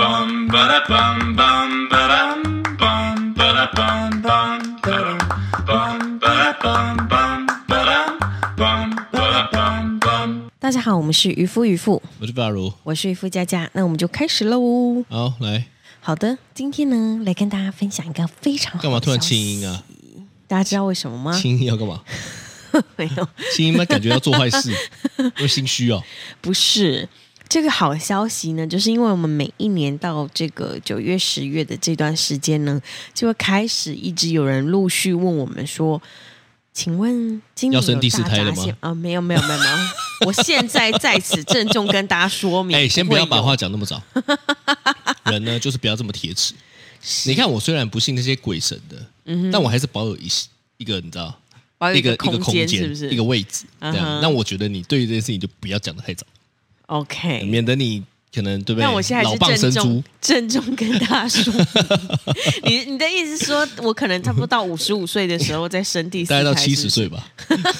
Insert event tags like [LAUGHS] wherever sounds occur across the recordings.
bum ba da bum bum ba dum bum ba da bum bum ba dum bum ba da bum bum ba dum bum ba da bum bum. 大家好，我们是渔夫渔妇，我是发如。我是渔夫佳佳，那我们就开始喽。好，来，好的，今天呢来跟大家分享一个非常好的干嘛突然消轻息 [LAUGHS] 音啊？大家知道为什么吗？轻音要干嘛？ [LAUGHS] 没有，轻音那感觉要做 [LAUGHS] 坏事，因为心虚哦。不是这个好消息呢，就是因为我们每一年到这个九月、十月的这段时间呢，就会开始一直有人陆续问我们说：“请问今年要生有第四大胎闸了吗蟹啊，没有，没有，没有，没有。我现在在此郑重跟大家说明， [LAUGHS] 哎，先不要把会有话讲那 [LAUGHS] 么早。人呢，就是不要这么铁齿。你看，我虽然不信那些鬼神的，但我还是保有一一个，你知道，嗯保有一一个个一个空间，间，是不是？一个位置。这嗯样，哼那我觉得你对于这件事情就不要讲的太早， OK，免得你可能对不对？但我现在老还蚌是生郑珠重，郑重跟大家说， [LAUGHS] 你你的意思是说我可能差不多到五十五岁的时候再生第四大概胎，到七是十不是，岁吧，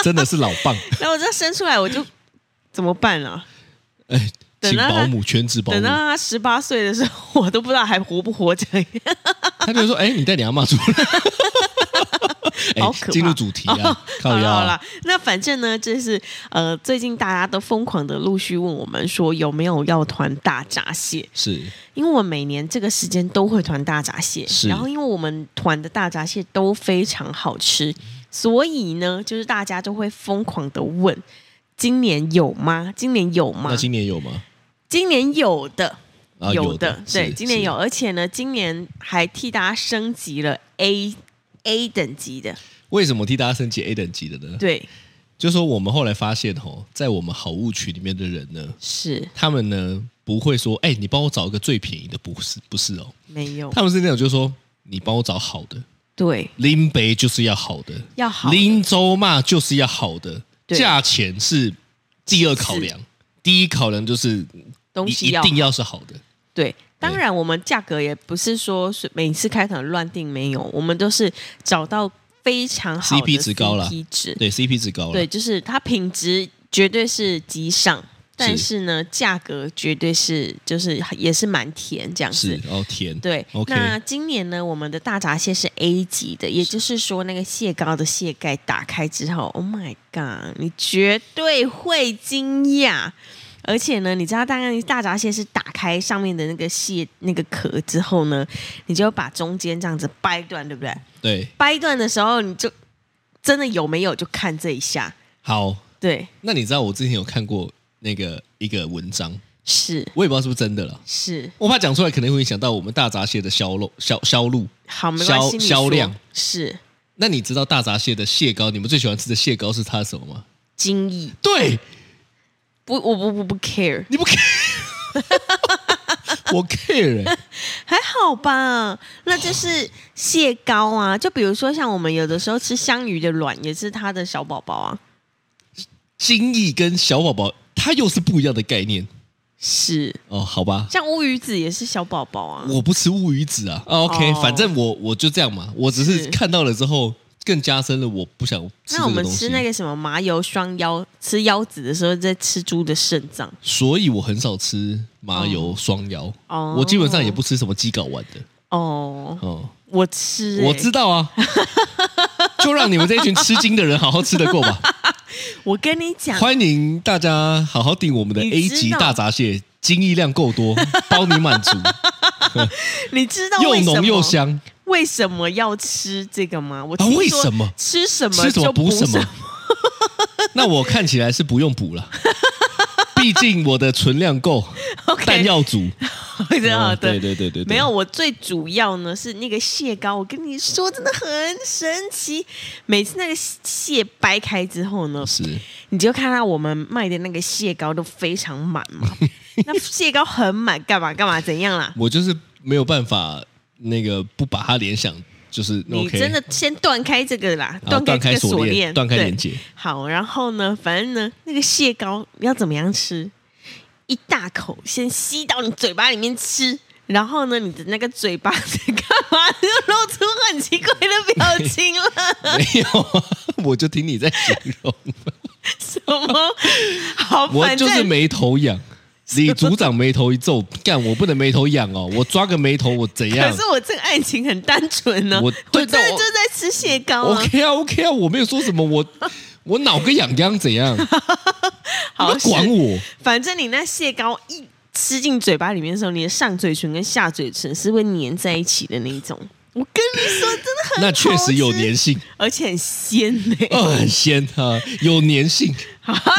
[LAUGHS] 真的是老蚌。那我这生出来我就怎么办啊？哎， [LAUGHS] 等请到他保姆，全职保等姆到。他十八岁的时候，我都不知道还活不活着。 [LAUGHS] 他就说：“哎、你带你阿妈 [LAUGHS] 出来。哎好可怕哦进入主题啊，好靠腰啦好啊、啦，那反正呢，就是呃，最近大家都疯狂的陆续问我们说有没有要团大闸蟹，是因为我每年这个时间都会团大闸蟹，是然后因为我们团的大闸蟹都非常好吃，所以呢，就是大家都会疯狂的问，今年有吗？今年有吗那？今年有吗？今年有的，啊，有的，对，是今年是有，而且呢，今年还替大家升级了 A A 等级的，为什么替大家升级 A 等级的呢？对，就说我们后来发现哦，在我们好物群里面的人呢，是他们呢不会说：“哎、你帮我找一个最便宜的。”不是，不是哦，没有，他们是那种就说：“你帮我找好的，对，林北就是要好的，要好的林州嘛就是要好的，对价钱是第二考是量，第一考量就是东你西一要定要是好的。”对，当然我们价格也不是说是每次开团乱定，没有，我们都是找到非常好的 CP 值高啦 CP 值对 CP 值高了，对，就是它品质绝对是极上，但是呢，价格绝对是就是也是蛮甜这样子是。哦甜，对 OK 那今年呢，我们的大闸蟹是 A 级的，也就是说，那个蟹膏的蟹盖打开之后，Oh my god，你绝对会惊讶。而且呢，你知道大概大闸蟹是打开上面的那个蟹那个壳之后呢，你就把中间这样子掰断，对不对？对，掰断的时候，你就真的有没有就看这一下。好。对，那你知道我之前有看过那个一个文章，是我也不知道是不是真的了，是，我怕讲出来可能会影响到我们大闸蟹的销路销销路。好，没关销系，你销说量是那你知道大闸蟹的蟹膏，你们最喜欢吃的蟹膏是它的什么吗？精益，对，不，我不不不 care，你不 care，我 care，欸、还好吧？那就是蟹膏啊，就比如说像我们有的时候吃香鱼的卵，也是它的小宝宝啊，精益跟小宝宝它又是不一样的概念是哦，好吧。像乌鱼子也是小宝宝啊，我不吃乌鱼子啊啊，OK，、哦反正我我就这样嘛，我只是是看到了之后，更加深了我不想吃这个东西。那我们吃那个什么麻油双腰，吃腰子的时候在吃猪的肾脏，所以我很少吃麻油双腰，哦我基本上也不吃什么鸡睾丸的。哦，哦，我吃、欸，我知 [LAUGHS] 道啊，就让你们这一群吃惊的人好好吃得过吧。 [LAUGHS] 我跟你讲，欢迎大家好好订我们的你知 A 道级大闸蟹，精益量够 [LAUGHS] 多，包你满足，你知道又为什么浓又香。为什么要吃这个吗？我啊听说为什么吃什么 [LAUGHS] 吃什么就补什什么？ [LAUGHS] 那我看起来是不用补了，毕竟我的存量 [LAUGHS] 够， OK 弹药足。 [LAUGHS] 对啊，哦对对对对对没有，我最主要呢是那个蟹膏，我跟你说真的很神奇。每次那个蟹掰开之后呢，是你就看到我们卖的那个蟹膏都非常满 [LAUGHS] 嘛，那蟹膏很满，干嘛干嘛怎样啦？我就是没有办法那个不把它联想，就是你 OK 真的先断开这个啦，好断开断开这个锁链链，断开对连接。好，然后呢，反正呢，那个蟹膏你要怎么样吃？一大口先吸到你嘴巴里面吃，然后呢，你的那个嘴巴 [LAUGHS] 在干嘛？就露出很奇怪的表情了， [LAUGHS] 没有啊，我就 [LAUGHS] 听你在形容， [LAUGHS] 什么？好，我反就是正 [LAUGHS] 眉头痒，李组长眉头一皱，干我不能眉头 [LAUGHS] 痒哦，我抓个眉头我怎样可是我这个爱情很单纯呢、我对真的但就我在吃蟹膏啊， [LAUGHS] ？OK 啊 OK 啊，我没有说什么，我我脑个痒痒怎样？ [LAUGHS] 好不管是我，反正你那蟹膏一吃进嘴巴里面的时候，你的上嘴唇跟下嘴唇是会粘在一起的那一种。我跟你说，真的很那确实有好吃粘性，而且很鲜呢、哦， [LAUGHS] 很鲜啊，有粘性，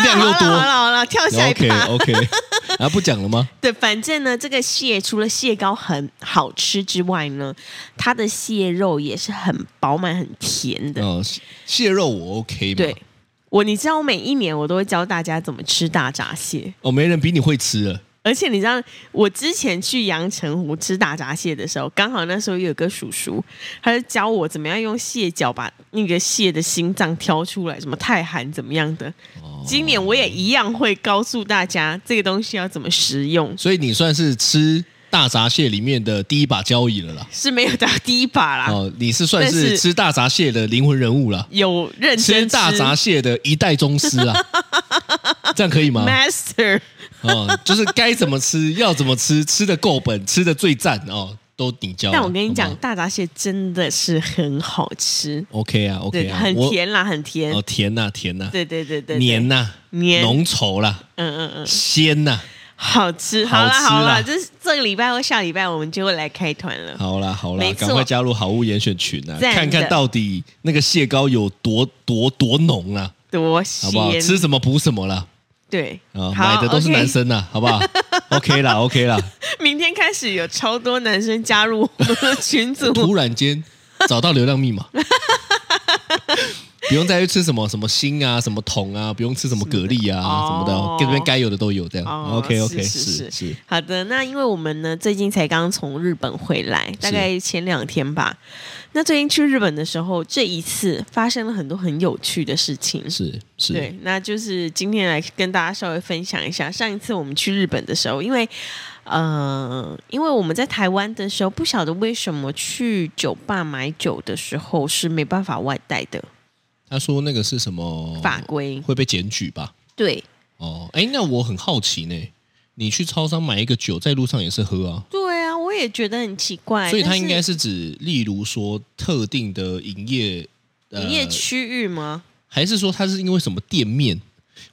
量好了好又了多。好了，跳下一 OK 趴。 [LAUGHS] OK，啊不讲了吗？对，反正呢，这个蟹除了蟹膏很好吃之外呢，它的蟹肉也是很饱满、很甜的。哦，蟹蟹肉我 OK 嘛？对，我你知道，我每一年我都会教大家怎么吃大闸蟹。哦，没人比你会吃了。而且你知道，我之前去阳澄湖吃大闸蟹的时候，刚好那时候有个叔叔，他就教我怎么样用蟹脚把那个蟹的心脏挑出来，什么太寒怎么样的。哦今年我也一样会告诉大家这个东西要怎么食用，所以你算是吃大闸蟹里面的第一把交椅了啦。是没有到第一把啦，哦，你是算啊但是是吃大闸蟹的灵魂人物啦，有认吃真大闸蟹的一代宗师 [LAUGHS] 啊，这样可以吗？ master。哦，就是该怎么吃，要怎么吃，吃的够本，吃的最赞哦，都你教啊。但我跟你讲，好吗大闸蟹真的是很好吃， ，OK 啊对， ，OK 啊，很我甜啦，很甜。哦，甜呐，甜呐，对对对对，对黏，呐，黏浓稠啦，嗯嗯嗯。鲜啊呐，好吃，好好啦吃啦好啦，这是这个礼拜或下礼拜我们就会来开团了。好啦好啦没，错赶快加入好物严选群啊，赞的看看到底那个蟹膏有多多多浓啊，多好不好？鲜，吃什么补什么啦。对，啊，好买的都是男 OK 生呐，好 [LAUGHS] 不好？OK 啦，OK 啦。明天开始有超多男生加入我们的群 [LAUGHS] 组，突然间找到流量密码， [LAUGHS] 不用再去吃什么什么锌啊、什么铜啊，不用吃什么蛤蜊啊哦什么的，这边该有的都有这样。哦 OK 是 OK，是是，好的，那因为我们呢最近才刚从日本回来，大概前两天吧。那最近去日本的时候，这一次发生了很多很有趣的事情。是是对，那就是今天来跟大家稍微分享一下，上一次我们去日本的时候，因为呃，因为我们在台湾的时候，不晓得为什么去酒吧买酒的时候是没办法外带的哦他说那个是什么法规，会被检举吧？对哦，哎，那我很好奇呢，你去超商买一个酒，在路上也是喝啊。对啊，我也觉得很奇怪，所以它哎但应该是指，例如说特定的营业呃营业区域吗？还是说他是因为什么店面？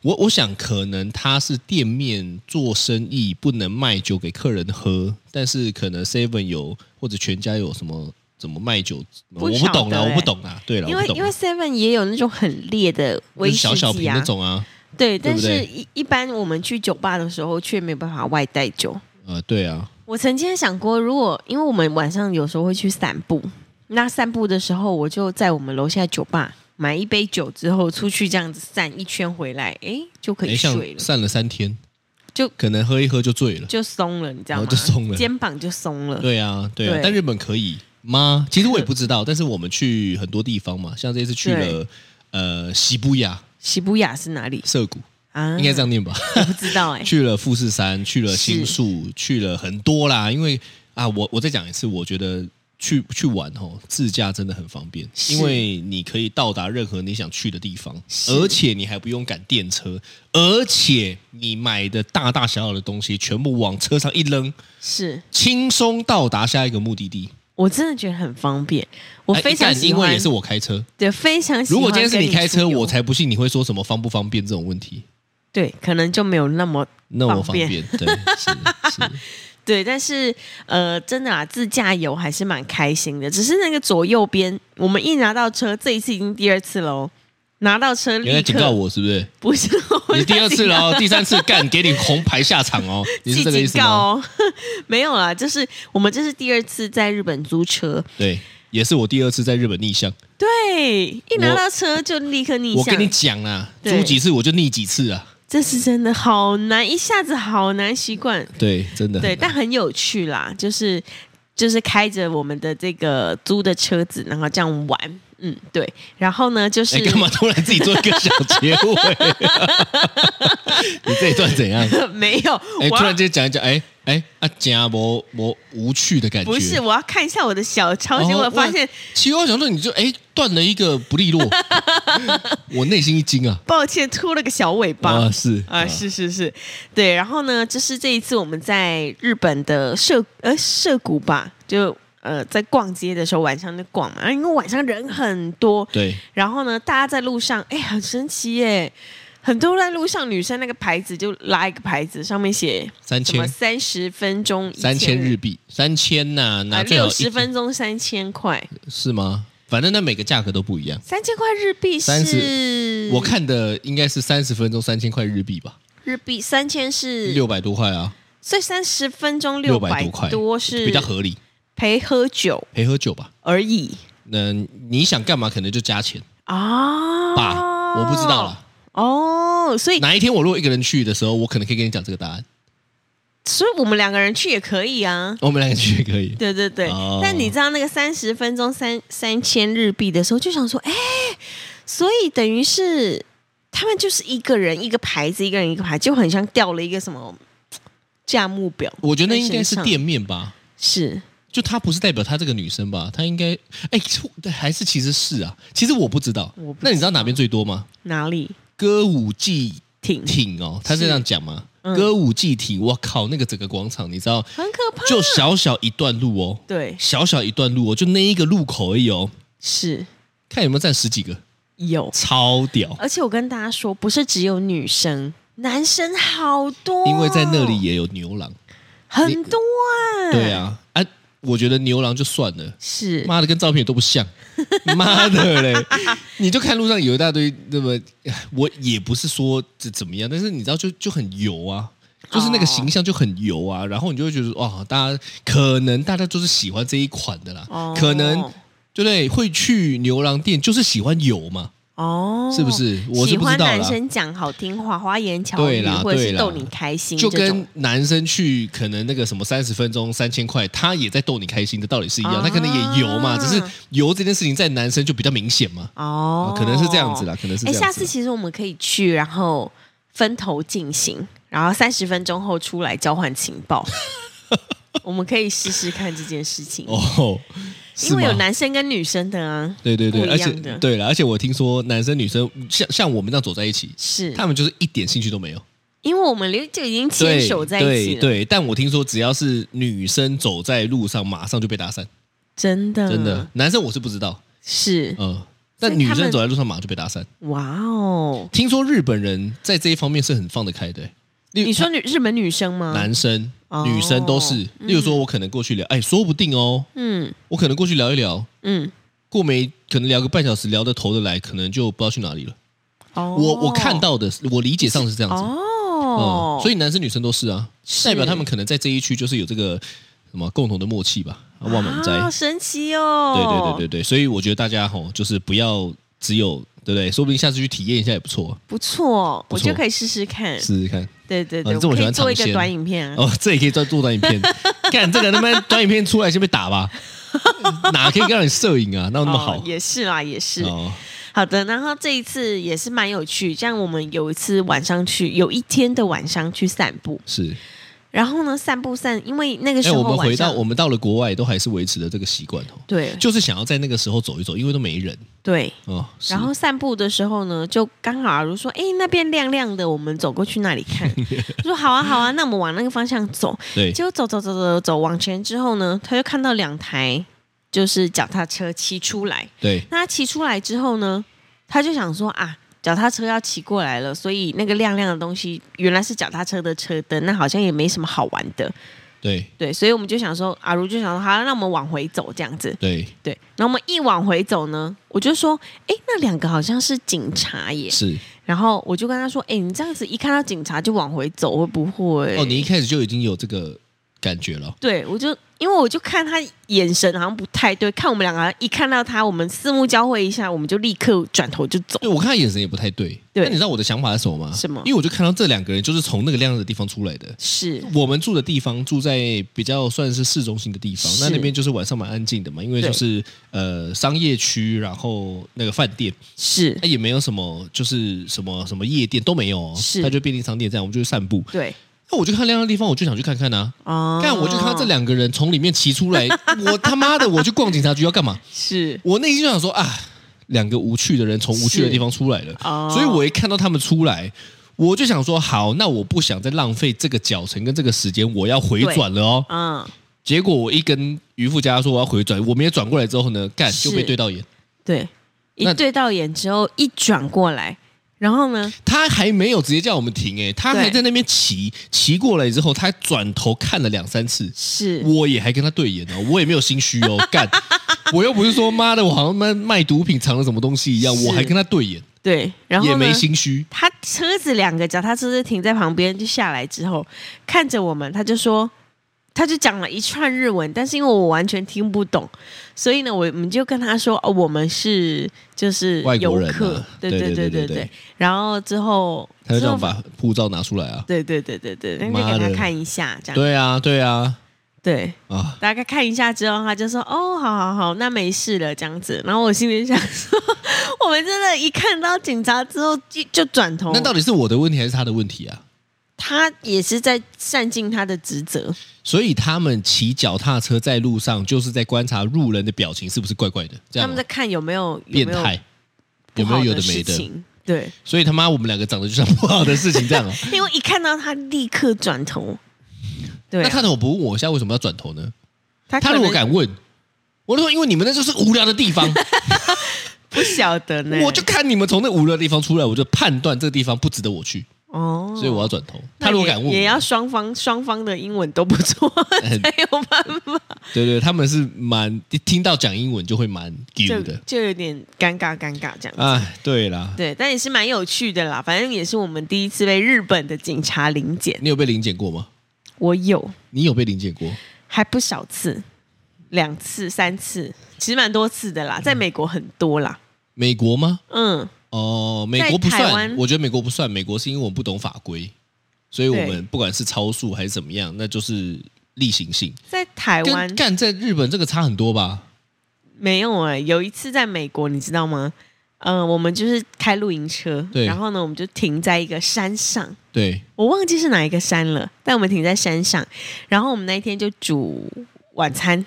我我想可能他是店面做生意不能卖酒给客人喝，但是可能 Seven 有或者全家有什么怎么卖酒，不我晓不得懂啦，欸我不懂啦，对了，因我为不懂因为啦， Seven 也有那种很烈的威就是士忌小啊，小瓶那种啊，对，对但不是对一一般我们去酒吧的时候却没有办法外带酒。呃，对啊，我曾经想过，如果因为我们晚上有时候会去散步，那散步的时候，我就在我们楼下酒吧买一杯酒之后，出去这样子散一圈回来，诶，就可以没哎像睡了，散了三天，就可能喝一喝就醉了，就松了，你知道吗？哦就松了肩膀就松了。对啊，对啊对，但日本可以吗？其实我也不知道， [LAUGHS] 但是我们去很多地方嘛，像这次去了呃西布亚西布雅是哪里涩谷，啊？应该这样念吧？我不知道 [LAUGHS] 哎、去了富士山，去了是新宿，去了很多啦。因为啊，我我再讲一次，我觉得去去玩哦，自驾真的很方便，是因为你可以到达任何你想去的地方，是而且你还不用赶电车，而且你买的大大小小的东西全部往车上一扔，是轻松到达下一个目的地。我真的觉得很方便，我哎非常干喜因欢。为也是我开车。对，非常喜欢。如果今天是你开车，我才。才不信你会说什么方不方便这种问题。对，可能就没有那么那我方方便便，对，是是。 [LAUGHS] 对，但是呃，真的啊，自驾游还是蛮开心的。只是那个左右边，我们一拿到车，这一次已经第二次喽，拿到车你立在刻警告，我是不是？不是 [LAUGHS] 我你第在二次警了告哦，第三次干，给你红牌下场 [LAUGHS] 哦，你是这个意记思警告吗？哦，没有啦，就是我们这是第二次在日本租车，对，也是我第二次在日本逆向。对，一拿我到车就立刻逆我向跟你，讲啊，对租几次我就逆几次啊。这是真的好难，一下子好难习惯，对，真 [LAUGHS] 的。对，但很有趣啦，就是就是开着我们的这个租的车子，然后这样玩，嗯，对，然后呢就是哎，干嘛突然自己做一个小结尾？ [LAUGHS] 你这一段 [LAUGHS] 怎样？ [LAUGHS] 没有，哎，我突然要间讲一讲，哎哎啊，加无无无趣的感觉。不是，我要看一下我的小抄，哦，结果发我现其实我想说，你就哎断了一个不利 [LAUGHS] 落，我内心一惊啊！抱歉，秃了个小尾巴。啊，是啊，是是是，对。然后呢，就是这一次我们在日本的涉呃涉谷吧，就呃在逛街的时候，晚上就逛嘛，啊因为晚上人很多，对，然后呢，大家在路上，哎，很神奇耶，很多在路上女生那个牌子就拉一个牌子，上面写三什么千三十分钟一三千日币，三千呐、那啊，最好六一十分钟三千块，是吗？反正那每个价格都不一样。三千块日币30是我看的应该是三十分钟三千块日币吧，日币三千是六百多块啊，所以三十分钟六百多块是比较合理，陪喝酒陪喝酒吧。而已那你想干嘛，可能就加钱啊吧，我不知道啦。哦，所以哪一天我如果一个人去的时候，我可能可以跟你讲这个 [LAUGHS] 答案。所以我们两个人去也可以啊。我们两个去也可以。对对对，哦但你知道那个三十分钟三三千日币的时候，就想说，哎，所以等于是他们就是一个人一个牌子，一个人一个牌，就很像掉了一个什么价目表。我觉得那应该在身是上店面吧，是就她不是代表她这个女生吧？她应该哎，其实我还是其实是啊，其实我不知道。我不知道那你知道哪边最多吗？哪里歌舞伎挺町哦，他是这样讲吗？嗯歌舞伎町，我靠，那个整个广场，你知道，很可怕？就小小一段路 [LAUGHS] 哦，对，小小一段路哦，就那一个路口而已哦，是看有没有站十几个，有，超屌，而且我跟大家说，不是只有女生，男生好多，因为在那里也有牛郎，很多啊。对，啊，啊，我觉得牛郎就算了。是妈的，跟照片都不像，妈的嘞！你就看路上有一大堆，那么我也不是说这怎么样，但是你知道就就很油啊，就是那个形象就很油啊，然后你就会觉得哇，大家可能大家就是喜欢这一款的啦，哦可能对不对？会去牛郎店就是喜欢油嘛，哦，是不？是？我是喜不知欢道男啦。生讲好听话、花言巧对语，啦或者对是啦逗你开心这就种，跟男生去可能那个什么三十分钟三千块，他也在逗你开心的道理是一样，他可能也油嘛，啊只是油这件事情在男生就比较明显嘛。哦、呃可能是这样子啦，。可能是这哎，样子下啦。次其实我们可以去，然后分头进行，然后三十分钟后出来交换情 [LAUGHS] 报。我们可以试试看这件事情，哦，是因吗为有男生跟女生的啊，对对对，不一而且样的对了，而且我听说男生女生像像我们这样走在一起，是他们就是一点兴趣都没有，因为我们就已经牵对手在一起对了，对，但我听说只要是女生走在路上，马上就被搭讪，真的真的。男生我是不知道，是嗯、嗯所以但女他生们走在路上马上就被搭讪。哇哦！听说日本人在这一方面是很放得开的、欸例如你说女日本女生吗？男生、哦女生都是，例如说我可能过去聊，哎，说不定哦，嗯我可能过去聊一聊，嗯过没可能聊个半小时，聊得头的来，可能就不知道去哪里了。哦，我我看到的，我理解上是这样子。哦哦，，所以男生女生都是啊，是代表他们可能在这一区就是有这个什么共同的默契吧，啊望满斋。好神奇哦！对对对对对，所以我觉得大家吼，就是不要只有对不对？说不定下次去体验一下也不错，不错，不我错就可以试试看。试试看。对对啊对，你这我么可喜以欢做一尝个鲜短影片啊。哦，这也可以做做短 [LAUGHS] 影片，干这个他妈短影片出来先被打吧，哪可以让你摄影啊？哪有那么好哦？也是啦，也是。哦，好的，然后这一次也是蛮有趣。像我们有一次晚上去，有一天的晚上去散步，是。然后呢，散步散，因为那个时哎，候我们回晚到上我们到了国外，都还是维持了这个习惯哦，对就是想要在那个时候走一走，因为都没人对，哦。是然后散步的时候呢，就刚好如说，哎，那边亮亮的，我们走过去那里 [LAUGHS] 看。我说好啊，好啊，那我们往那个方向走。对结果走走走走走往前之后呢，他就看到两台就是脚踏车骑出来。对那他骑出来之后呢，他就想说啊，脚踏车要骑过来了，所以那个亮亮的东西原来是脚踏车的车灯，那好像也没什么好玩的。对对，所以我们就想说，阿如就想说，好，那我们往回走这样子。对，对，然后我们一往回走呢，我就说，哎，那两个好像是警察耶。是。然后我就跟他说，哎，你这样子一看到警察就往回走，会不会？哦，你一开始就已经有这个感觉了。对，我就因为我就看他眼神好像不太对，看我们两个好像一看到他，我们四目交汇一下，我们就立刻转头就走。对我看他眼神也不太对。对那你知道我的想法是什么吗？什么因为我就看到这两个人就是从那个亮的地方出来的。是我们住的地方住在比较算是市中心的地方，是那那边就是晚上蛮安静的嘛，因为对就是呃商业区，然后那个饭店，是那，也没有什么就是什么什么夜店都没有、哦，是它就便利商店这样，我们就去散步。对那我就看亮的地方，我就想去看看啊。哦但我就看到这两 [LAUGHS] 个人从里面骑出来，我他妈的我去逛警察局要干嘛？是我内心就想说啊，两个无趣的人从无趣的是地方出来了，哦所以我一看到他们出来。我就想说，好，那我不想再浪费这个脚程跟这个时间，我要回转了哦。嗯，结果我一跟渔夫家说我要回转，我没有转过来之后呢，干是就被对到眼。对，一那对到眼之后一转过来，然后呢，他还没有直接叫我们停、诶，他还对在那边骑，骑过来之后，他转头看了两三次，是我也还跟他对眼哦，我也没有心虚 [LAUGHS] 哦，干，我又不是说妈的，我好像卖卖毒品藏了什么东西一样，是我还跟他对眼，对，然后也呢没心虚，他车子两个脚踏车是停在旁边，就下来之后看着我们，他就说，他就讲了一串日文，但是因为我完全听不懂，所以呢，我我们就跟他说，哦，我们是就是外游国人啊客，对对对对对对对对。然后之后，他就这样之后把护照拿出来啊，对对对对对，那妈就给的他看一下，这样对啊，对啊，对啊，大概看一下之后，他就说：“哦，好好好，那没事了。”这样子，然后我心里想说，我们真的，一看到警察之后就就转头。那到底底是我的问题还是他的问题啊？他也是在善尽他的职责，所以他们骑脚踏车在路上，就是在观察路人的表情是不是怪怪的，这他样们吗在看有没有有变没有态，不有没好有有的没事的？情。对，所以他妈我们两个长得就像不好的事情这样哦。因为一看到他立刻转头。 [LAUGHS] 对啊、那他怎么不问我一下为什么要转头呢？他他可如果能敢问，我就说因为你们那就是无聊的地方，不晓得呢，我就看你们从那无聊的地方出来，我就判断这个地方不值得我去，哦，所以我要转头。那他如果也敢问也我，要双方双方的英文都不错 [LAUGHS] [LAUGHS] 很才有办法，对对，他们是蛮听到讲英文就会蛮丢就的。就有点尴尬尴尬这样子。哎，对啦，对，但也是蛮有趣的啦。反正也是我们第一次被日本的警察临检，你有被临检过吗？我有你有被临检过？还不少次，两次、三次，其实蛮多次的嗯啦。在美国很多啦，美国吗？嗯，哦，美在国不台算，湾我觉得美国不算。美国是因为我们不懂法规，所以我对们不管是超速还是怎么样，那就是例行性。在台湾跟干在日本这个差很多吧？没有哎、有一次在美国，你知道吗？嗯、我们就是开露营车，对然后呢，我们就停在一个山上，对，我忘记是哪一个山了，但我们停在山上，然后我们那一天就煮晚餐，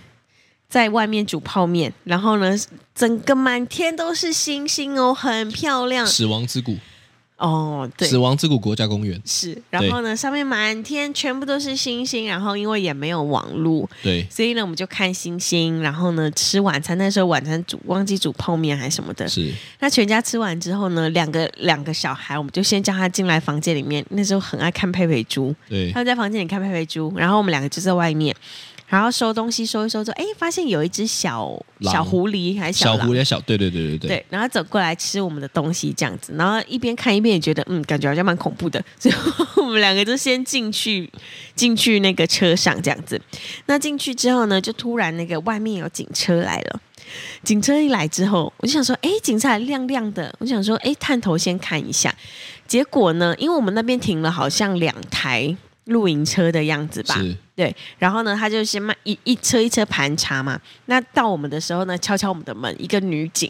在外面煮泡面，然后呢，整个满天都是星星哦，很漂亮死亡之谷，哦，对死。亡之谷国家公园，是，然后呢，上面满天全部都是星星，然后因为也没有网路，对，所以呢，我们就看星星，然后呢吃晚餐。那时候晚餐煮忘记煮泡面还是什么的，是那全家吃完之后呢，两个两个小孩，我们就先叫他进来房间里面。那时候很爱看佩佩猪，对他，们在房间里看佩佩猪，然后我们两个就在外面，然后收东西收一收之后，哎，发现有一只小狼小狐狸还是小狼狐狸小，对对对对对，对，然后走过来吃我们的东西这样子，然后一边看一边也觉得，嗯，感觉好像蛮恐怖的， [LAUGHS] 所以我们两个就先进去，进去那个车上这样子。那进去之后呢，就突然那个外面有警车来了，警车一来之后，我就想说，哎，警察亮亮的，我想说，哎，探头先看一下。结果呢，因为我们那边停了好像两台露营车的样子吧，是对，然后呢，他就先慢一一车一车盘查嘛。那到我们的时候呢，敲敲我们的门，一个女警，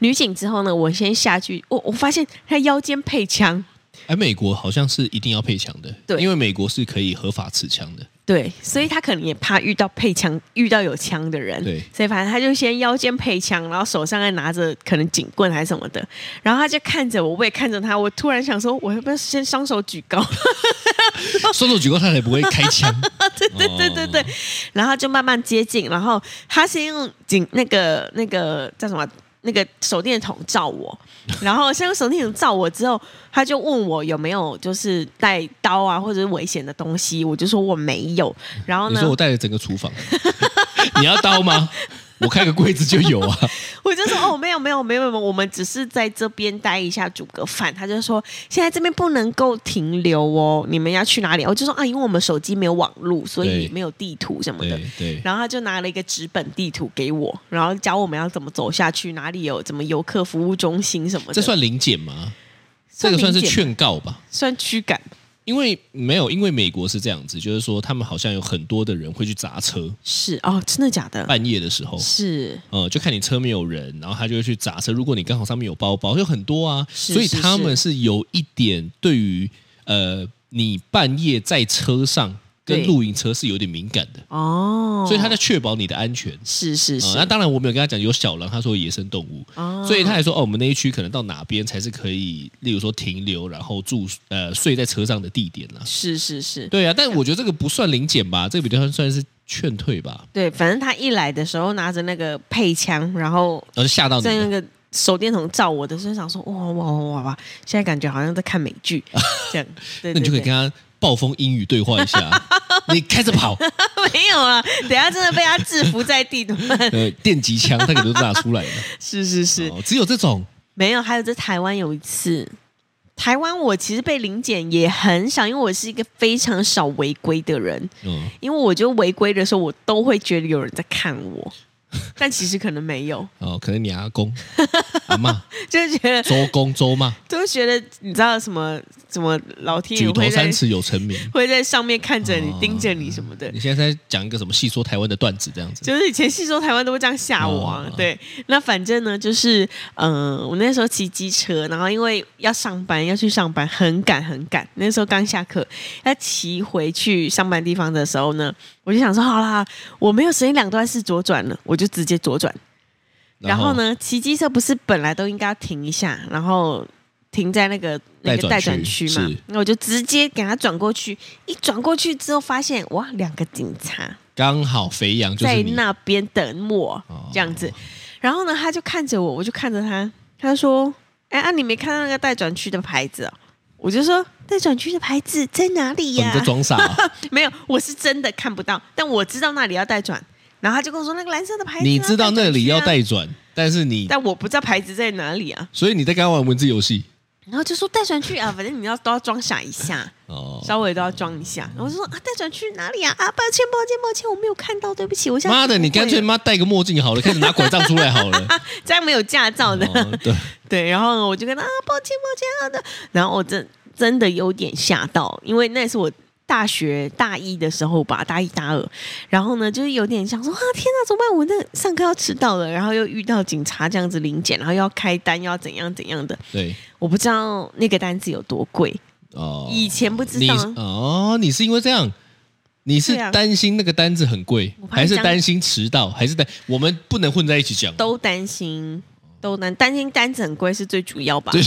女警之后呢，我先下去，我我发现她腰间配枪，哎，美国好像是一定要配枪的，对因为美国是可以合法持枪的，对，所以她可能也怕遇到配枪，遇到有枪的人，对所以反正她就先腰间配枪，然后手上还拿着可能警棍还是什么的，然后她就看着我，我也看着她，我突然想说，我要不要先双手举高？双手举高他才不会开 [LAUGHS] 枪，对对对对对，然后就慢慢接近，然后他先用警那个那个叫什么那个手电筒照我，然后先用手电筒照我之后，他就问我有没有就是带刀啊或者是危险的东西，我就说我没有，然后嗯你呢说我带了整个厨房， [LAUGHS] 你要刀吗？我开个柜子就有啊， [LAUGHS] 我就说哦没有没有没有没有，我们只是在这边待一下煮个饭，他就说现在这边不能够停留哦，你们要去哪里？我就说啊，因为我们手机没有网路，所对以没有地图什么的对。对，然后他就拿了一个纸本地图给我，然后教我们要怎么走下去，哪里有怎么游客服务中心什么的。这算临检吗？这算个算是民间劝告吧。算驱赶，因为没有，因为美国是这样子，就是说他们好像有很多的人会去砸车，是哦，真的假的？半夜的时候，是呃，就看你车没有人，然后他就会去砸车。如果你刚好上面有包包，有很多啊，是所以是他是们是有一点对于呃，你半夜在车上跟对露营车是有点敏感的，哦，所以他在确保你的安全。是是啊、是，那当然我没有跟他讲有小狼，他说野生动物，哦所以他还说哦，我们那一区可能到哪边才是可以，例如说停留，然后住呃睡在车上的地点啦。是是是，对啊，但我觉得这个不算零检吧，这个比较算是劝退吧，对，反正他一来的时候拿着那个配枪，然后然后就呃吓到你在那了。个手电筒照我的身上，说哇哇哇哇哇，现在感觉好像在看美 [LAUGHS] 剧这样。对那你就可以对跟他暴风英语对话 [LAUGHS] 一下，你开着跑，对 [LAUGHS] 没有啊，等一下真的被他制服在地图。 [LAUGHS] 呃，电击枪他可能都拿出来了。是是 [LAUGHS] 是，哦，只有这种没有。还有在台湾有一次，台湾我其实被临检也很想，因为我是一个非常少违规的人，嗯，因为我觉得违规的时候，我都会觉得有人在看我，但其实可能没有，哦，可能你阿 [LAUGHS] 公、阿妈、就是觉得周公、周妈，都觉得你知道什么什么老天举爷头会在三尺有神明。会在上面看着你哦、盯着你什么的你。现在在讲一个什么戏说台湾的段子这 [LAUGHS] 样子？就是以前戏说台湾都会这样吓我啊，哦对。那反正呢，就是嗯、呃我那时候骑机车，然后因为要上班，要去上班，很赶很赶。那时候刚下课，要骑回去上班地方的时候呢，我就想说，好啦，我没有时间两段式左转了，我就直接左转。然后？呢，骑机车不是本来都应该要停一下，然后停在那个那个待待转转区区嘛是？那我就直接给他转过去，一转过去之后发现哇，两个警察刚好肥羊就在是你，那边等我哦这样子。然后呢，他就看着我，我就看着他，他说：“哎啊，你没看到那个待转区的牌子哦？”我就说：“待转区的牌子在哪里哦呀、你 [LAUGHS] 在装傻啊，没有，我是真的看不到，但我知道那里要待转。然后他就跟我说：“那个蓝色的牌子啊、你知道那里要待转区啊，带转，但是你，但我不知道牌子在哪里啊。”所以你在跟他玩文字游戏然后就说带转去啊，反正你要都要装傻一下，哦。稍微都要装一下。然后我就说啊，带转去哪里啊？啊，抱歉，抱歉，抱歉，我没有看到，对不起，我现在妈的，你干脆妈戴个墨镜好了，开始拿拐杖出来 [LAUGHS] 好了。这样没有驾照的，哦对，对。然后我就跟他啊，抱歉，抱歉，好的。然后我真真的有点吓到，因为那是我。大学大一的时候吧，大一大二，然后呢，就是有点想说啊，天哪，怎么办？我那上课要迟到了，然后又遇到警察这样子临检，然后又要开单，又要怎样怎样的，对，我不知道那个单子有多贵，哦，以前不知你道啊，哦，你是因为这样，你是对啊担心那个单子很贵，我怕还是这样担心迟到，还是担我们不能混在一起讲？都担心，都担担心单子很贵是最主要吧？最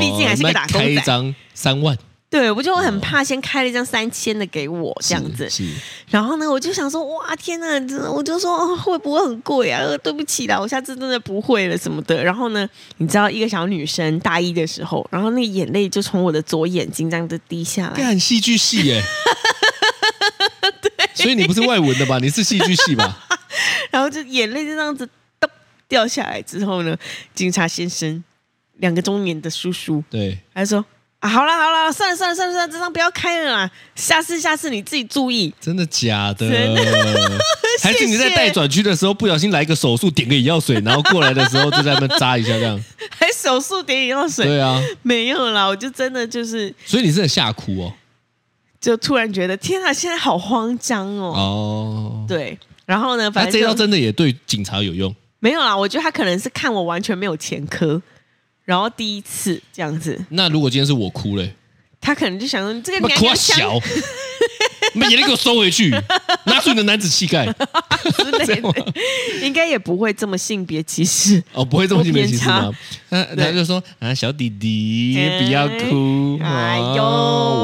毕竟还是个哦那打工仔开一张三万对，我就很怕先开了一张三千的给我这样子，哦是是然后呢，我就想说，哇，天呐，真的我就说、哦会不会很贵啊？呃对不起啦，我下次真的不会了什么的。然后呢，你知道一个小女生大一的时候，然后那个眼泪就从我的左眼睛这样的滴下来，干戏剧 [LAUGHS] 系耶。所以你不是外文的吧？你是戏剧系 [LAUGHS] 吧？然后就眼泪就这样子咚掉下来之后呢，警察先生，两个中年的叔叔，对，他就说：“啊，好啦好啦，算了算了算了算了，这张不要开了啦，下次下次你自己注意。真的假的？真还是你在待转区的时候不小心来个手术，点个眼药水，然后过来的时候就在那边扎一下这 [LAUGHS] 样？还手术点眼药水对啊，没有啦，我就真的就是所以你真的吓哭哦。就突然觉得天啊，现在好慌张哦。哦，对，然后呢，那反这正招就真的也对警察有用。没有啦。啊我觉得他可能是看我完全没有前科，然后第一次这样子，那如果今天是我哭嘞，他可能就想说你这个那娘哭啊娘腔小，把眼泪给我收回 [LAUGHS] 去，拿出你的男子气概。之类 [LAUGHS] 的，应该也不会这么性别歧视。哦，不会这么性别歧视吗多？那他对就说啊，小弟弟哎不要哭，哎哦呦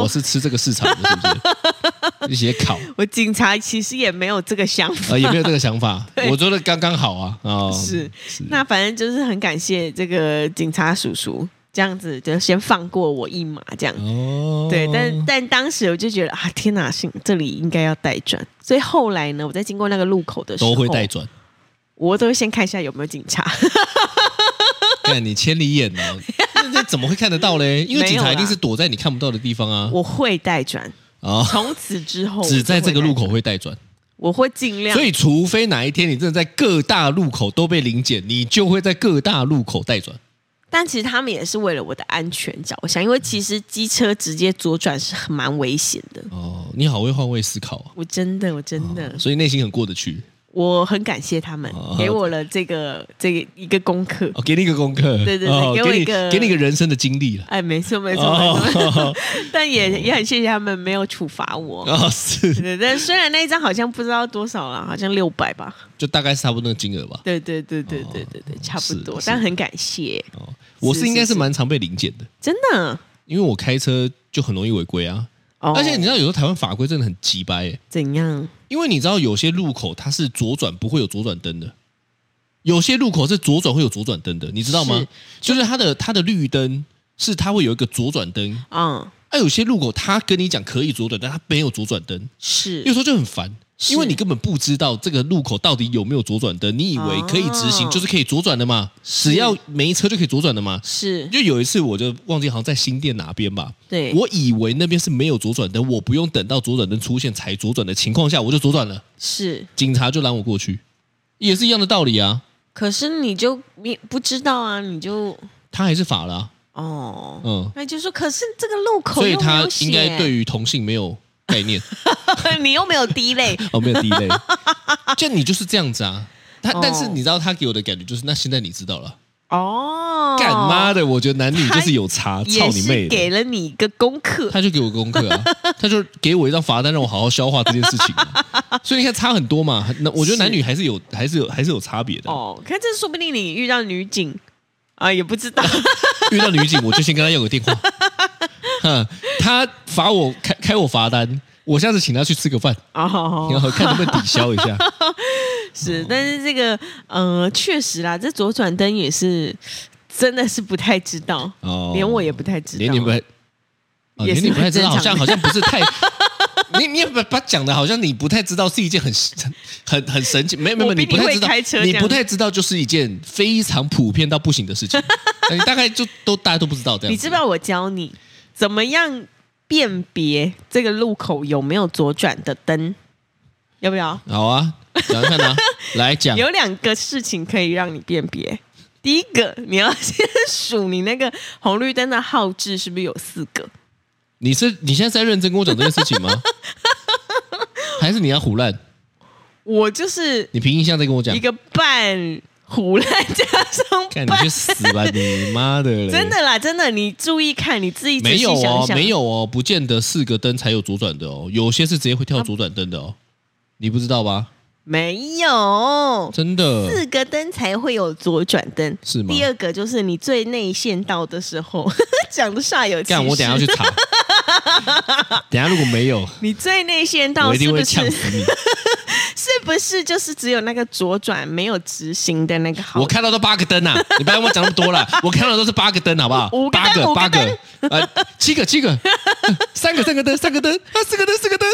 我是吃这个市场的，是不是？一起 [LAUGHS] 烤我警察其实也没有这个想法。啊，也没有这个想法，对我觉得刚刚好啊，啊，是，那反正就是很感谢这个警察叔叔，这样子就先放过我一马，这样。哦，对，但但当时我就觉得啊，天哪，幸这里应该要带转，所以后来呢，我在经过那个路口的时候，都会带，转，我都会先看一下有没有警 [LAUGHS] 察。看你千里 [LAUGHS] 眼呢，那那怎么会看得到嘞？因为警没有察啦一定是躲在你看不到的地方啊，我会带转，啊，从此之后只在这个路我就会带转口会带转，我会尽量。所以除非哪一天你真的在各大路口都被临检，你就会在各大路口带转。但其实他们也是为了我的安全着想，因为其实机车直接左转是很蛮危险的。哦，你好会换位思考啊。我真的，我真的，所以内心很过得去。我很感谢他们哦给我了这个这个一个功课。哦，给你一个功课，对对对哦、给我给一个你给你一个人生的经历了。哎，没错没错没错，哦 [LAUGHS] 但也也很谢谢他们没有处罚我。哦，是， [LAUGHS] 对对，但虽然那一张好像不知道多少了，好像六百吧。就大概是差不多的金额吧。对对对对对对对，差不哦是多。是但很感谢，哦，我是是应该是是蛮常被临检的，真的。因为我开车就很容易违规啊。哦而且你知道，有时候台湾法规真的很鸡掰、欸，怎样？因为你知道有些路口它是左转不会有左转灯的，有些路口是左转会有左转灯的，你知道吗？是就是它的它的绿灯是它会有一个左转灯，嗯，啊，有些路口它跟你讲可以左转，但它没有左转灯，是有时候就很烦。是因为你根本不知道这个路口到底有没有左转灯，你以为可以直行哦就是可以左转的嘛，只要没车就可以左转的嘛。是，就有一次我就忘记好像在新店哪边吧，对，我以为那边是没有左转灯，我不用等到左转灯出现才左转的情况下，我就左转了，是。警察就拦我过去，也是一样的道理啊，可是你就你不知道啊，你就他还是法了啊、哦，嗯，那就说，可是这个路口所以又没他有写，应该对于同性没有概念 [LAUGHS] [LAUGHS] 你又没有滴泪，哦，没有地雷，就你就是这样子啊。他哦但是你知道他给我的感觉就是，那现在你知道了，哦，干妈的，我觉得男女就是有差，操也你妹是的！给了你一个功课，他就给我功课 [LAUGHS] 啊，他就给我一张罚单，让我好好消化这件事情啊、 [LAUGHS] 所以你看差很多嘛，那我觉得男女还是有，还是有，还是有差别的啊。哦，可这说不定你遇到女警啊，也不知 [LAUGHS] 道遇到女警，我就先跟她要个电 [LAUGHS] 话。哼，她罚我开开我罚单，我下次请她去吃个饭，然哦，后看能不能抵消一 [LAUGHS] 下。哦是，但是这个呃，确实啦，这左转灯也是真的是不太知道，哦，连我也不太知道，连你不太，哦也是连你不太知道，好很正像常好像不是 [LAUGHS] 太。你你也把把讲的好像你不太知道是一件很很很很神奇，没有没有，我比你不你太会知道开车，你这样不太知道就是一件非常普遍到不行的 [LAUGHS] 事情，你大概就都大家都不知道这样子。你知不知道我教你怎么样辨别这个路口有没有左转的灯？要不要？好啊，讲一看 [LAUGHS] 啊，来讲有两个事情可以让你辨别。第一个，你要先数你那个红绿灯的号志是不是有四个？你是你现在在认真跟我讲这件事情 [LAUGHS] 吗？还是你要胡乱？我就是你凭印象在跟我讲一？个半胡乱加上看你半去，死吧！你妈的嘞！真的啦，真的，你注意看，你自己仔没细有想哦，想，没有哦，不见得四个灯才有左转的哦，有些是直接会跳左转灯的哦，你不知道吧？没有，真的四个灯才会有左转灯。嗯是吗第？二个就是你最内线道的时候， [LAUGHS] 讲的煞有其事。干，我等一下要去 [LAUGHS] 查。等一下如果没有，你最内线道我一是定不会是呛死你。是不是就是只有那个左转没有直行的那个好？我看到都八个灯啊！你不要跟我讲那么 [LAUGHS] 多了，我看到都是八个灯，好不好？五个灯八五个个，八灯个，呃，七个，七 [LAUGHS] 个，呃三个，三个灯，三个灯，啊，四个灯，四个灯，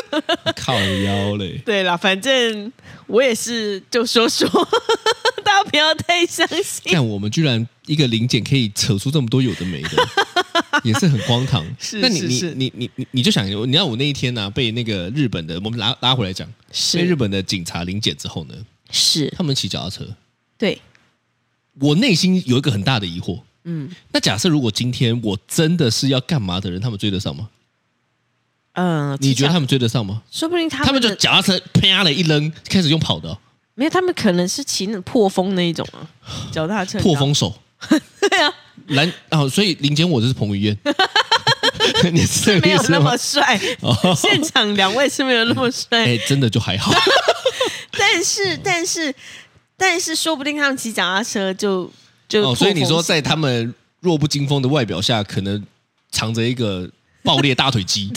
靠腰嘞！对啦，反正我也是就说说， [LAUGHS] 大家不要太相信。但我们居然一个零检可以扯出这么多有的没的，也是很荒唐。 [LAUGHS] 是那你是是你你你你你就想，你知道我那一天呢、被那个日本的，我们拉拉回来讲，被日是本的警察临检之后呢，是，他们骑脚踏车，对，我内心有一个很大的疑惑。嗯那假设如果今天我真的是要干嘛的人，他们追得上吗？嗯、呃你觉得他们追得上吗？说不定他他们们的就脚踏车啪的一扔，开始用跑的哦、没有，他们可能是骑那种破风那一种 [SIGHS] 啊，脚踏车破，风手。 [LAUGHS] 对啊，蓝哦，所以林间我就是彭于 [LAUGHS] 晏， [LAUGHS] 你是这个没意有思那吗么？帅。 [LAUGHS] 哦现场两位是没有那么帅， [LAUGHS] 哎、真的就还 [LAUGHS] 好。但是，但是，但是，说不定他们骑脚踏车就就破哦，风所以你说在他们弱不禁风的外表下，可能藏着一个爆裂大腿 [LAUGHS] 肌，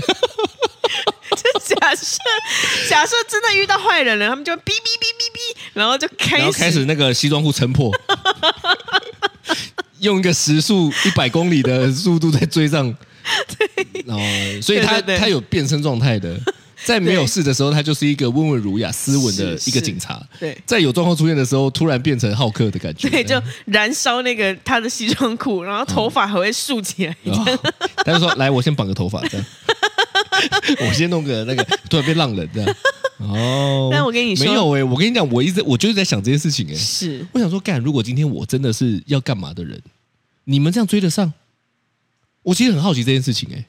就 [LAUGHS] 假设假设真的遇到坏人了，他们就哔哔哔哔哔，然后就开始然后开始那个西装裤撑破， [LAUGHS] 用一个时速一百公里的速度在追上。哦，所以他对对对他有变身状态的，在没有事的时候，他就是一个温文儒雅、斯文的是一个是警察。对在有状况出现的时候，突然变成好客的感觉。对，就燃烧那个他的西装裤，然后头发还会竖起来。然后啊他就说：“来，我先绑个头发，[LAUGHS] 这样，我先弄个那个，突然变浪人这样。”哦，但我跟你说没有哎、我跟你讲，我一直我就是在想这件事情哎、是我想说，干，如果今天我真的是要干嘛的人，你们这样追得上？我其实很好奇这件事情哎、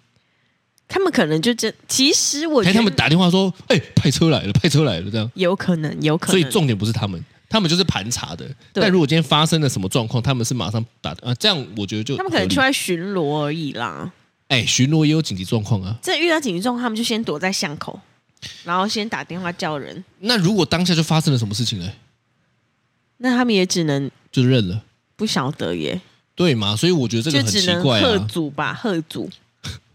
他们可能就真，其实我觉还得他们打电话说，哎、派车来了，派车来了，这样。有可能，有可能，所以重点不是他们，他们就是盘查的。对但如果今天发生了什么状况，他们是马上打啊，这样我觉得就他们可能合理出来巡逻而已啦。哎，巡逻也有紧急状况啊。这遇到紧急状况，他们就先躲在巷口，然后先打电话叫人，那如果当下就发生了什么事情呢？那他们也只能就认了，不晓得耶，对嘛？所以我觉得这个就很只奇能怪喝啊。阻吧，喝 [LAUGHS] 阻。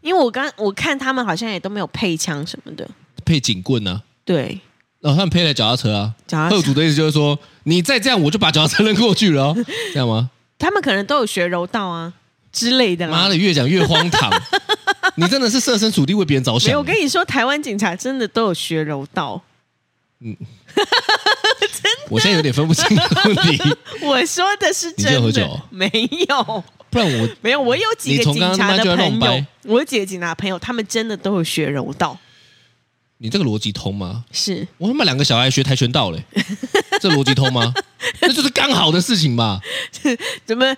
因为我刚我看他们好像也都没有配枪什么的，配警棍啊，对，然、后他们配了脚踏车啊。脚踏贺车主的意思就是说，你再这样，我就把脚踏车扔过去了、 [LAUGHS] 哦，这样吗？他们可能都有学柔道啊之类的妈啦。的，越讲越 [LAUGHS] 荒唐。你真的是设身处地为别人着没想有，我。跟你说，台湾警察真的都有学柔道。 [LAUGHS] 我现在有点分不清问 [LAUGHS] 题，我说的是真的，你今天有喝酒哦没有，不然我没有，我有几你个从警刚刚察他妈就的要朋弄友掰，我有几个警察朋友，他们真的都有学柔道，你这个逻辑通吗？是我他妈两个小孩学跆拳道 [LAUGHS] 嘞，这逻辑通吗？那就是刚好的事情嘛。怎么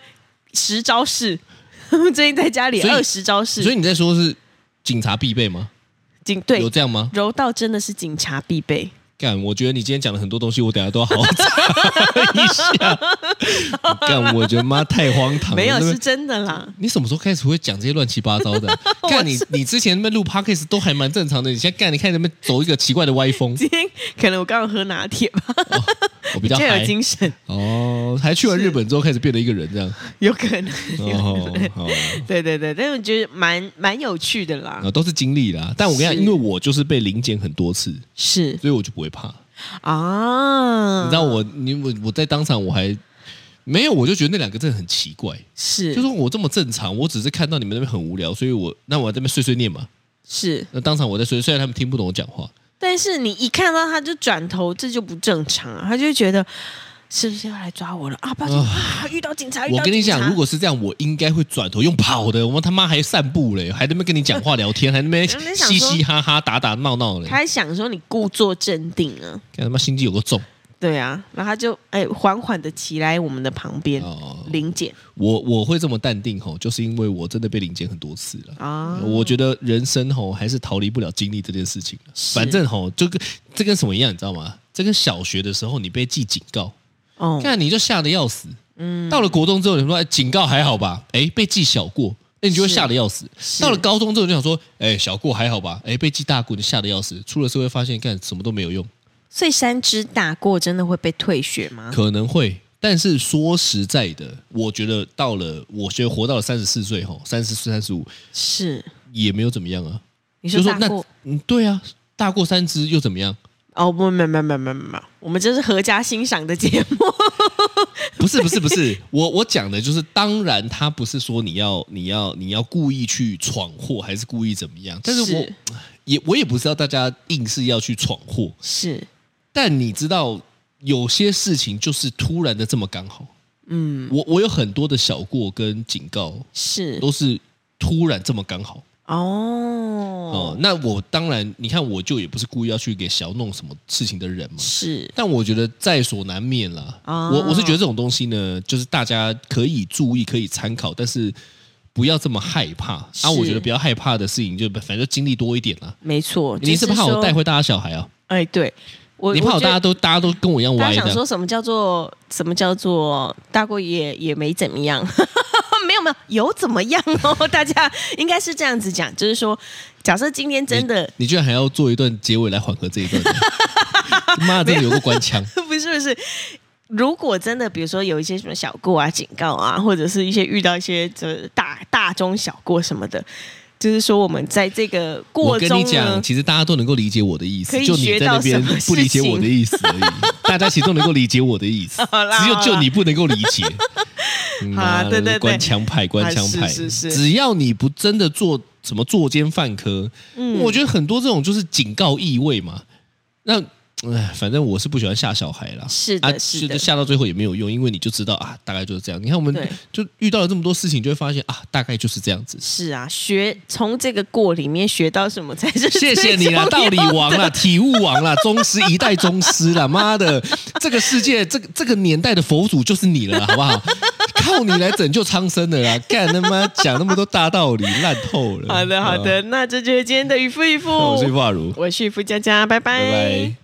十招式？ [LAUGHS] 最近在家里所以二十招式，所以你在说是警察必备吗？警对有这样吗？柔道真的是警察必备。干，我觉得你今天讲的很多东西，我等下都要好好查一下。 [LAUGHS] 干，我觉得妈太荒唐了。没有那么是真的啦，你什么时候开始会讲这些乱七八 [LAUGHS] 糟的啊、干你，你之前那边录 podcast 都还蛮正常的，你现在干，你看能不能走一个奇怪的歪风？今天可能我刚刚喝拿铁吧，我比较这样有嗨精神， [LAUGHS] 哦，还去了日本之后开始变了一个人这样。有可能。哦，好啊，对对对，但是我觉得蛮蛮有趣的啦。啊，都是经历啦。但我跟你是讲，因为我就是被临检很多次，是所以我就不会怕。啊，你知道我，你我我在当场我还没有，我就觉得那两个真的很奇怪。是就说我这么正常，我只是看到你们那边很无聊，所以我那我在那边碎碎念嘛。是，那当场我在碎，虽然他们听不懂我讲话，但是你一看到他就转头，这就不正常啊，他就会觉得是不是要来抓我了啊？不要紧啊，遇到警察，遇我到跟你警察讲，如果是这样，我应该会转头用跑的。我他妈还散步嘞，还在那边跟你讲话聊天，还在那边我在想说嘻嘻哈哈、打打闹闹嘞。他还想说你故作镇定啊，看他妈心机有个重对啊，然后他就哎缓缓的骑来我们的旁边哦！临检我我会这么淡定吼，就是因为我真的被领检很多次了。啊，我觉得人生吼还是逃离不了经历这件事情。是反正吼，就跟这跟什么一样，你知道吗？这跟小学的时候你被记警告，哦，看你就吓得要死。嗯，到了国中之后，你说、哎、警告还好吧？哎，被记小过，那你就会是吓得要死。是到了高中之后，你就想说，哎，小过还好吧？哎，被记大过，你吓得要死。出了社会发现，干什么都没有用，所以三只大过真的会被退学吗？可能会。但是说实在的，我觉得到了，我觉得活到了三十四岁吼，三十四、三十五是，也没有怎么样啊。你就说说大那过，嗯，对啊，大过三只又怎么样？哦，不，没有没有没有没有没有，我们这是合家欣赏的节目，不是不是 [LAUGHS] 不是，我我讲的就是，当然他不是说你要你要你要故意去闯祸，还是故意怎么样？ [LAUGHS] 但是我是也我也不知道大家硬是要去闯祸，是但你知道有些事情就是突然的这么刚好。嗯，我我有很多的小过跟警告是都是突然这么刚好哦、哦，那我当然，你看我就也不是故意要去给小弄什么事情的人嘛。是但我觉得在所难免啦。哦我我是觉得这种东西呢，就是大家可以注意，可以参考，但是不要这么害怕。是啊，我觉得比较害怕的事情就反正就经历多一点啦。没错，你是就是怕我说带回大家小孩啊？哎，对我，你我怕我觉得大家都大家都跟我一样大歪家想的？说什么叫做什么叫做大过也也没怎么样， [LAUGHS] 没有没有有怎么样哦？ [LAUGHS] 大家应该是这样子讲，就是说，假设今天真的你居然还要做一段结尾来缓和这 [LAUGHS] 一段？妈，真的有个官腔。不是不是。如果真的，比如说有一些什么小过啊、警告啊，或者是一些遇到一些这大大中小过什么的，就是说我们在这个我过跟你中讲，呢，其实大家都能够理解我的意可思，以就你在那边学到什么不理解事情我的意思 [LAUGHS] 而已。大家其实都能够理解我的意思，好啦只有就你不能够理 [LAUGHS] 解。嗯好啦妈的对对对官腔派，官腔派，啊是是是只要你不真的做什么作奸犯科，嗯我觉得很多这种就是警告意味嘛。那哎，反正我是不喜欢吓小孩啦。是啊，的，是就的，吓到最后也没有用，因为你就知道啊，大概就是这样。你看我们对就遇到了这么多事情，就会发现啊，大概就是这样子。是啊，学从这个过里面学到什么才是 [LAUGHS] 谢谢你啦，最重道要理王啊啦，体悟王啦，宗师一代 [LAUGHS] [LAUGHS] 宗师啦，妈的，这个世界这个这个年代的佛祖就是你了啦，好不好？靠你来拯救苍生的啦！干他妈讲那么多大道理，烂透 [LAUGHS] 了。好的，好对的，吧，那这就是今天的渔夫渔夫，嗯那我是傅阿如，我是渔夫佳佳，拜拜拜。